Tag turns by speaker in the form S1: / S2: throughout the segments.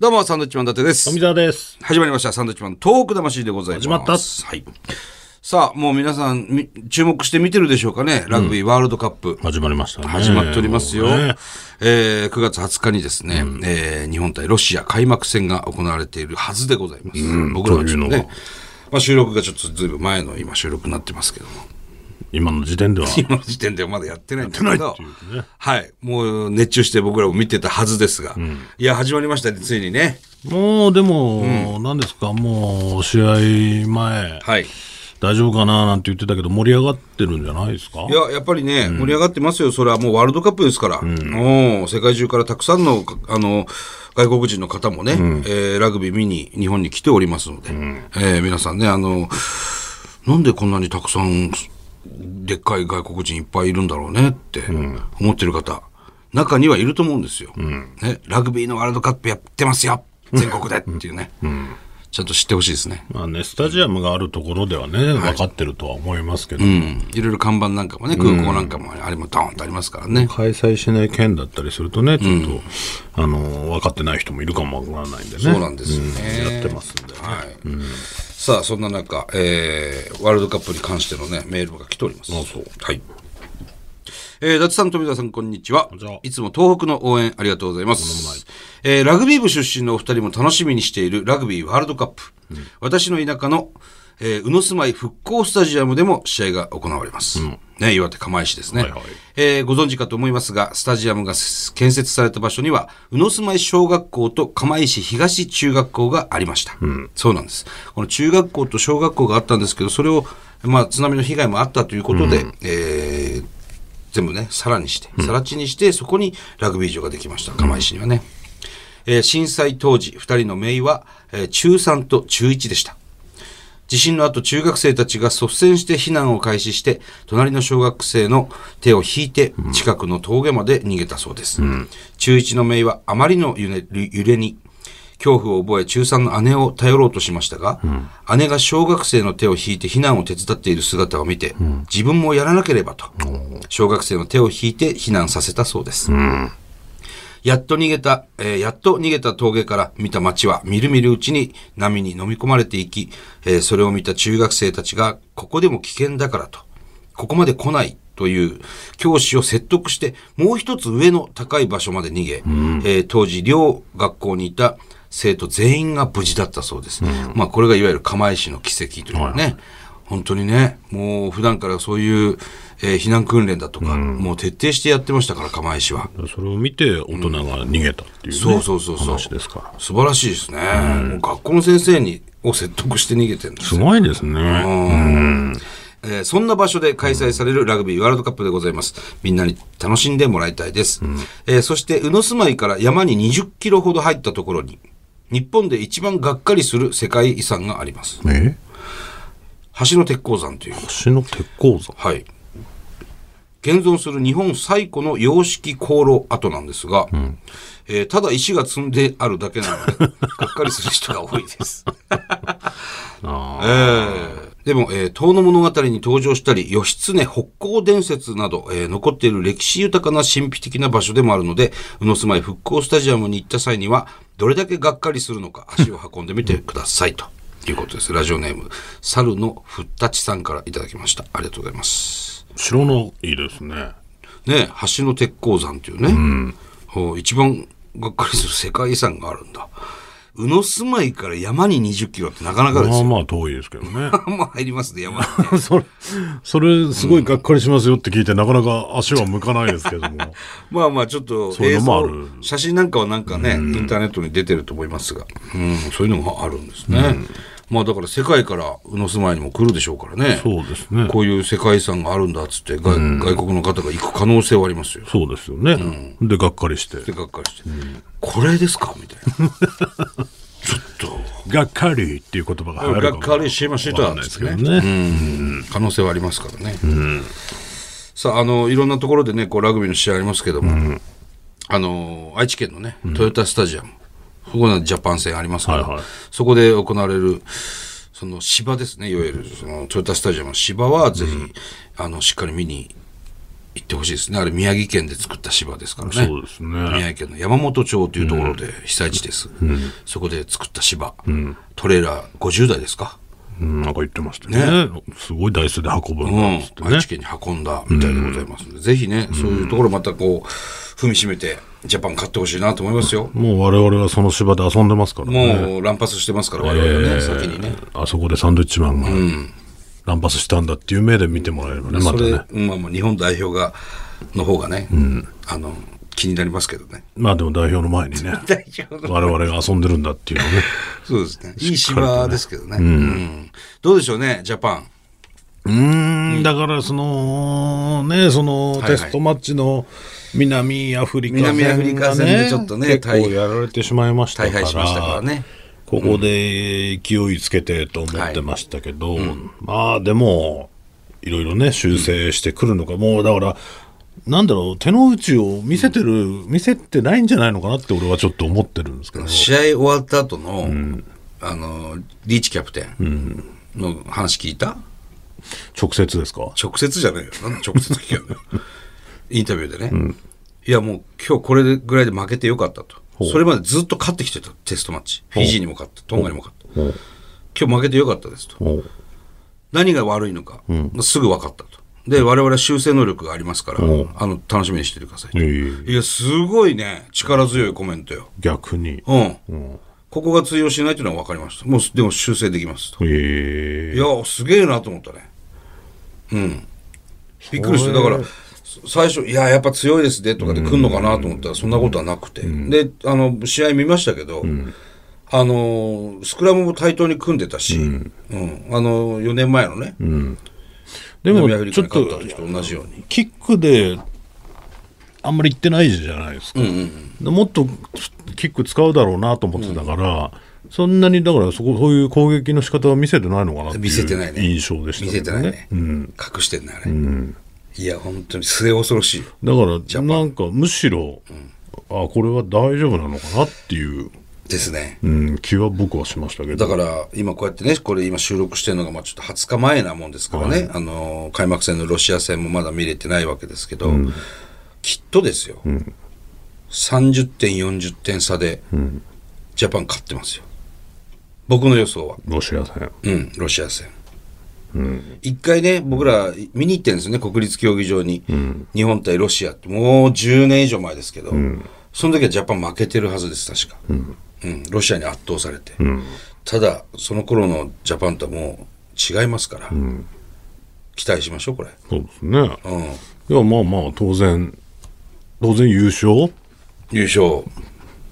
S1: どうも、サンドウィッチマン伊達です。
S2: 富澤です。
S1: 始まりました、サンドウィッチマンのトーク魂でございます。
S2: 始まった
S1: はい。さあ、もう皆さん、み注目して見てるでしょうかね、ラグビーワールドカップ。
S2: 始まりましたね。
S1: 始まっておりますよ。
S2: もうね
S1: えー9月20日にですね、えー日本対ロシア開幕戦が行われているはずでございます。僕らはちょっと
S2: というの
S1: ね
S2: が、
S1: まあ、収録がちょっとずいぶん前の今収録になってますけ ども、
S2: 今の時 点では。
S1: 今の時点ではまだやってないんだけ
S2: やっ
S1: ど
S2: てないっていうね、
S1: はい、もう熱中して僕らも見てたはずですが、いや、始まりましたね、ついにね。
S2: もうでも、何ですか、もう試合前、
S1: はい。
S2: 大丈夫かななんて言ってたけど、盛り上がってるんじゃないですか
S1: いや、やっぱりね、盛り上がってますよ。それはもうワールドカップですから。うん、世界中からたくさんの、かあの、外国人の方もね、えーラグビー見に日本に来ておりますので、えー皆さんね、あの、なんでこんなにたくさん、でっかい外国人いっぱいいるんだろうねって思ってる方、中にはいると思うんですよ。ね、ラグビーのワールドカップやってますよ全国でっていうね。ちゃんと知ってほしいですね。
S2: まあね、スタジアムがあるところではね、分かってるとは思いますけど、
S1: うん。いろいろ看板なんかもね、空港なんかもあれもドーンとありますからね。
S2: 開催しない県だったりするとね、ちょっと、あの、分かってない人もいるかもわからないんでね。
S1: そうなんですよね
S2: うんやってますんで。
S1: はいさあそんな中、えーワールドカップに関しての、ね、メールが来ております。はいえー、伊達さん、富田さん、こんにちは
S2: んにちは。
S1: いつも東北の応援ありがとうございます。えーラグビー部出身のお二人も楽しみにしているラグビーワールドカップ。私の田舎の、えー宇野住まい復興スタジアムでも試合が行われます。ね、岩手釜石ですね、
S2: はいはい
S1: えーご存知かと思いますが、スタジアムが建設された場所には、宇野住まい小学校と釜石東中学校がありました。そうなんです。この中学校と小学校があったんですけど、それを、まあ、津波の被害もあったということで、えー全部ね、さらにして、さら地にして、そこにラグビー場ができました。釜石にはね。えー震災当時、二人の名は、えー中3と中1でした。地震の後、中学生たちが率先して避難を開始して、隣の小学生の手を引いて、近くの峠まで逃げたそうです。中1の姪はあまりの揺れ揺れに、恐怖を覚え中3の姉を頼ろうとしましたが、姉が小学生の手を引いて避難を手伝っている姿を見て、自分もやらなければと、小学生の手を引いて避難させたそうです。やっと逃げた、えーやっと逃げた峠から見た街は、みるみるうちに波に飲み込まれていき、えーそれを見た中学生たちが、ここでも危険だからと、ここまで来ないという教師を説得して、もう一つ上の高い場所まで逃げ、えー当時、両学校にいた生徒全員が無事だったそうです。まあ、これがいわゆる釜石の奇跡というね。本当にね、もう普段からそういう、えー避難訓練だとか、もう徹底してやってましたから、釜石は。
S2: それを見て、大人が逃げたっていう、ね
S1: そうそうそうそう
S2: 話ですから。
S1: 素晴らしいですね、もう学校の先生にを説得して逃げてるんです
S2: す
S1: よ
S2: ごいですね。
S1: えーそんな場所で開催されるラグビーワールドカップでございます。みんなに楽しんでもらいたいです。えーそして、宇野住まいから山に20キロほど入ったところに、日本で一番がっかりする世界遺産があります。
S2: え
S1: 橋の鉄鉱山という。
S2: 星の鉄鉱山。
S1: はい。現存する日本最古の洋式航路跡なんですが、えーただ石が積んであるだけなので、がっかりする人が多いです。
S2: あ
S1: えーでも、えー、遠野物語に登場したり、義経北港伝説など、えー残っている歴史豊かな神秘的な場所でもあるので、宇野住まい復興スタジアムに行った際には、どれだけがっかりするのか、足を運んでみてください、ということです。ラジオネーム、猿のふったちさんからいただきました。ありがとうございます。
S2: 白のいいですね。
S1: ね、橋の鉄鉱山というね、ほう一番がっかりする世界遺産があるんだ。宇野住まいから山に20キロってなかなかです
S2: まあ
S1: よ。
S2: まあ遠いですけどね。
S1: まあ入りますね、山に。
S2: それ、それすごいがっかりしますよって聞いて、なかなか足は向かないですけども。
S1: まあまあちょっと
S2: うい
S1: 映
S2: うのもあ
S1: 像
S2: る
S1: 写真なんかはなんかね、インターネットに出てると思いますが、うん、そういうのがあるんですね、まあだから世界から宇野住まいにも来るでしょうからね
S2: そうですね。
S1: こういう世界遺産があるんだっつって外,、外国の方が行く可能性はありますよ
S2: そうですよね。で、がっかりして。
S1: でがっかりして、これですかみたいなちょっと
S2: がっかりっていう言葉が流行るかも
S1: がっかりしました
S2: わかんないですけどね。
S1: 可能性はありますからね。さあ、あの、いろんなところでね、こう、ラグビーの試合ありますけども、あの、愛知県のね、トヨタスタジアム、そこのジャパン戦ありますから、
S2: はいはい
S1: そこで行われる、その芝ですね、いわゆる、そのトヨタスタジアムの芝は、ぜひ、あの、しっかり見に行ってほしいですね。あれ宮城県で作った芝ですからね。
S2: そうですね
S1: 宮城県の山本町というところで被災地です。そこで作った芝、トレーラー50台ですか、
S2: うんなんか言ってましたね。すごい台数で運ぶ
S1: うん
S2: だっつってね
S1: 愛。知県に運んだみたいでございますので、ぜひね、そういうところまたこう、踏みしめて、ジャパン買ってほしいなと思いますよ。
S2: もう我々はその芝で遊んでますからね。
S1: もう乱発してますから、我々はね、先にね。
S2: あそこでサンドイッチマンが乱発したんだっていう目で見てもらえればね、ま
S1: そ
S2: た
S1: れ、
S2: ね。
S1: まあまあ日本代表が、の方がね、あの、気になりますけどね。
S2: まあでも代表の前にね、
S1: 代表
S2: 我々が遊んでるんだっていうのをね。
S1: そうですね。いい芝ですけどね。うんどうでしょうね、ジャパン。
S2: うーん、だからその、ね、その
S1: い
S2: テストマッチの南アフリカ戦が、ね、
S1: 南アフリカ戦でちょっとね
S2: 結構やられてしまいました
S1: 大
S2: か
S1: 敗しましたから
S2: ら、
S1: ね。
S2: ここで勢いつけてと思ってましたけど、まあでも、いろいろね、修正してくるのか、もうだから、なんだろう、手の内を見せてる、見せてないんじゃないのかなって、俺はちょっと思ってるんですけど、
S1: 試合終わった後の、あの、リーチキャプテンの話聞いた
S2: 直接ですか。
S1: 直接じゃないよ。なんで直接聞けんのよインタビューでね。いやもう今日これぐらいで負けてよかったと。それまでずっと勝ってきてたテストマッチ。フィジーにも勝った、トンガにも勝った。今日負けてよかったですと。
S2: おう
S1: 何が悪いのか、すぐ分かったと。で、我々は修正能力がありますから、あの、楽しみにしててくださいと。
S2: ええ
S1: いや、すごいね、力強いコメントよ。
S2: 逆に。
S1: うん。ここが通用しないというのは分かりました。もう、でも修正できますと。
S2: え
S1: いや、すげえなと思ったね。うん。びっくりして、だから、そ最初、いや、やっぱ強いですねとかで来るのかなと思ったら、そんなことはなくて。で、あの、試合見ましたけど、あの、スクラムも対等に組んでたし、うん。あの、4年前のね、
S2: でも
S1: 南アフリ
S2: ち
S1: カ
S2: ょ
S1: に
S2: っ
S1: 勝った
S2: と
S1: 時と同じように。
S2: キックであんまり行ってないじゃないですか、でもっとキック使うだろうなと思ってたから、そんなにだからそこそういう攻撃の仕方は見せてないのかなっていう
S1: 見せてないね
S2: 印象でした
S1: 見
S2: け
S1: せて
S2: ど
S1: ない
S2: ね
S1: ね。隠してんね、あれ。いや、本当に末恐ろしいよ。
S2: だからなんかむしろ、あこれは大丈夫なのかなっていう、
S1: ですね。
S2: うん、気は僕はしましたけ
S1: だ
S2: ど
S1: から、今こうやってね、これ今収録してるのが、まあちょっと20日前なもんですからね、あのー、開幕戦のロシア戦もまだ見れてないわけですけど、きっとですよ、30点、40点差で、ジャパン勝ってますよ。僕の予想は。
S2: ロシア戦
S1: うん、ロシア戦。一回ね、僕ら見に行ってるんですよね、国立競技場に。日本対ロシアって、もう10年以上前ですけど、その時はジャパン負けてるはずです、確か。うんロシアに圧倒されて。ただ、その頃のジャパンとはもう違いますから、期待しましょう、これ。
S2: そうですね
S1: うん、
S2: いやまあまあ当然当然優勝
S1: 優勝、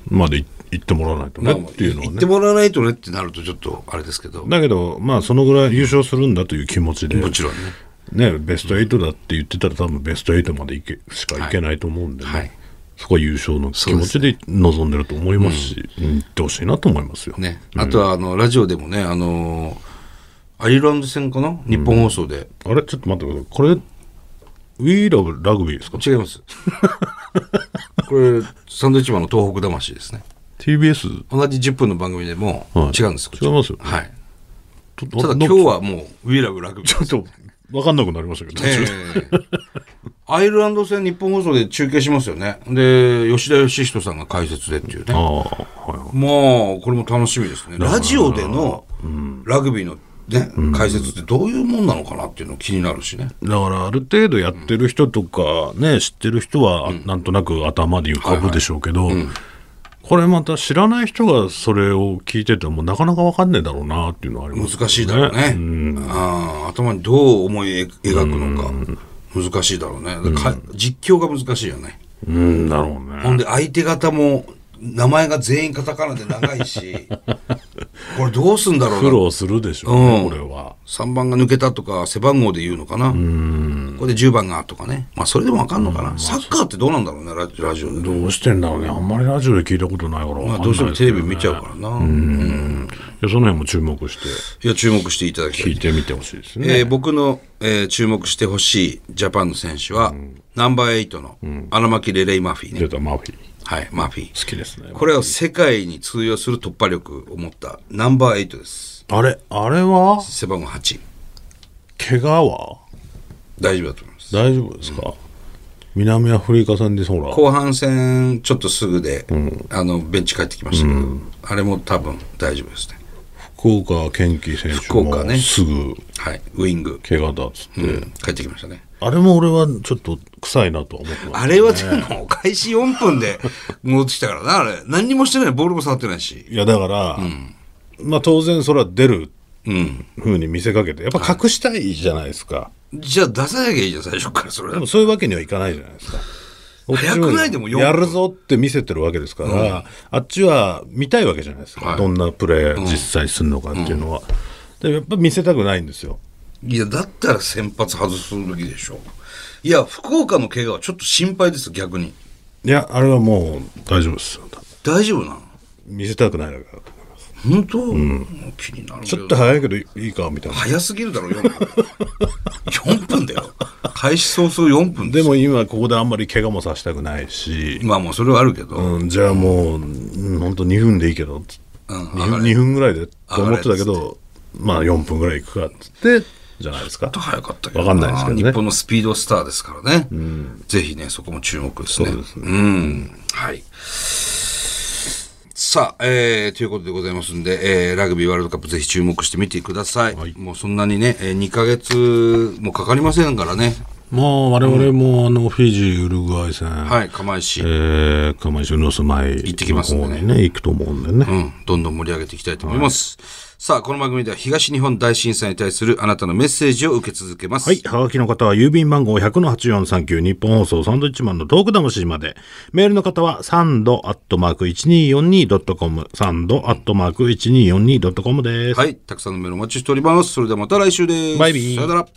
S2: までい行ってもらわないとねっていうのは
S1: 言
S2: ね
S1: ってもらわないとねってなると、ちょっとあれですけど、
S2: だけど、まあ、そのぐらい優勝するんだという気持ちで、
S1: もちろんね。
S2: ね、ベスト8だって言ってたら、多分ベスト8までいけしかいけないと思うんでね、
S1: はい
S2: そこは優勝の気持ちで臨んでると思いますし、うん行ってほしいなと思いますよ。
S1: ね、あとはあのラジオでもね、あのーアイルランド戦かな、日本放送で、
S2: あれ、ちょっと待ってください、これ、We Love Rugby ですか、
S1: 違います。 これ、サンドウィッチマンの東北魂ですね。
S2: TBS?
S1: 同じ10分の番組でも
S2: はい
S1: 違うんです、こっち
S2: 違いますよね
S1: はい。
S2: た
S1: ただ今日はもう、ウィーラブラグビー。
S2: ちょっと分かんなくなりましたけど、
S1: ええアイルランド戦日本放送で中継しますよね。で、吉田義人さんが解説でっていうね。
S2: あ
S1: まあ、
S2: あ、はいはい
S1: これも楽しみですね。ラジオでのラグビーのね、解説ってどういうもんなのかなっていうの気になるしね。
S2: だからある程度やってる人とかね、知ってる人はあなんとなく頭で浮かぶでしょうけど、これまた知らない人がそれを聞いててもなかなかわかんねえだろうなっていうのはあります
S1: 難しいだろうね。ああ頭にどう思い描くのか。難しいだろうね。か実況が難しいよね。
S2: うんだろう
S1: ほ
S2: ね
S1: んで相手方も名前が全員カタカナで長い し、これどうすんだろ
S2: 苦
S1: うな。
S2: 労するでしょうね、
S1: うん
S2: これは
S1: 3番が抜けたとか背番号で言うのかな。これで10番がとかね。まあそれでもわかんのかな。サッカーってどうなんだろうね、ラジラジオで。
S2: どうしてんだろうねあんまりラジオで聞いたことないから
S1: まあ
S2: わかん
S1: どうして
S2: な
S1: も
S2: いです
S1: テ
S2: け
S1: レ
S2: ど
S1: ビ
S2: ね
S1: 見ちゃうからな。うん
S2: いやその辺も注目して
S1: いや、注目していただきたい
S2: 聞いてみてほしいですね、
S1: えー僕の、えー注目してほしいジャパンの選手は、ナンバー8の荒牧レレイ・マフィーね、
S2: 出たマフィー
S1: はい、マフィー。
S2: 好きですね
S1: これは世界に通用する突破力を持ったナンバー8です。
S2: あれあれは
S1: 背番号8。
S2: 怪我は
S1: 大丈夫だと思います。
S2: 大丈夫ですか、南アフリカ戦でほら
S1: 後半戦ちょっとすぐで、あのベンチ帰ってきましたけど、あれも多分大丈夫ですね
S2: 福岡健貴選手
S1: 福岡
S2: も
S1: ね
S2: すぐ
S1: はいウイング、
S2: 怪我だっつって、
S1: うん帰ってきましたね
S2: あれも俺はちょっと臭いなとは思ってます
S1: あれはでも開始4分で戻ってきたからなあれ何にもしてないボールも触ってないし
S2: いやだから、まあ当然それは出る
S1: うん
S2: ふうに見せかけてやっぱ隠したいじゃないですか、
S1: じゃあ出さなきゃいいじゃん最初からそれ
S2: でもそういうわけにはいかないじゃないですか。
S1: 早くないでも
S2: こっちはやるぞって見せてるわけですから、あっちは見たいわけじゃないですか、
S1: はい
S2: どんなプレー実際するのかっていうのは、でやっぱ見せたくないんですよ
S1: いやだったら先発外す時でしょいや福岡の怪我はちょっと心配です逆に
S2: いやあれはもう大丈夫ですよ
S1: 大丈夫なの
S2: 見せたくないだから
S1: 本当、気になるけ
S2: ち
S1: ど
S2: ょっと早いけどいいかみたいな
S1: 早すぎるだろ4分4分だよ開始早々4分
S2: で
S1: で
S2: も今ここであんまり怪我もさせたくないし、
S1: まあもうそれはあるけど、
S2: うん、じゃあもう本当2分でいいけどつって
S1: うん
S2: 2分 ,2 分ぐらいでと思ってたけ
S1: 上
S2: どまあ4分ぐらいいくかっつってじゃないですか
S1: ちょっと早かったけど
S2: わかんないですけどね
S1: 日本のスピードスターですからね、ぜひねそこも注目ですね
S2: そうです
S1: うんはいさあ、えーということでございますんで、えーラグビーワールドカップぜひ注目してみてください、
S2: はい
S1: もうそんなにね、え2ヶ月もかかりませんからね
S2: まあ、我々も、あの、フィジー、ウルグアイ戦、
S1: はい釜石、
S2: えー、釜石の住まい、行
S1: ってきますんでね
S2: にね、行くと思うんでね。
S1: うん、どんどん盛り上げていきたいと思います。さあ、この番組では東日本大震災に対するあなたのメッセージを受け続けます。
S2: はい。はがきの方は、郵便番号100-8439、日本放送、サンドイッチマンのトーク魂まで。メールの方は、サンドアットマーク 1242.com、サンドアットマーク 1242.com です。
S1: はい、たくさんのメールお待ちしております。それではまた来週です。
S2: バイビー
S1: さよなら。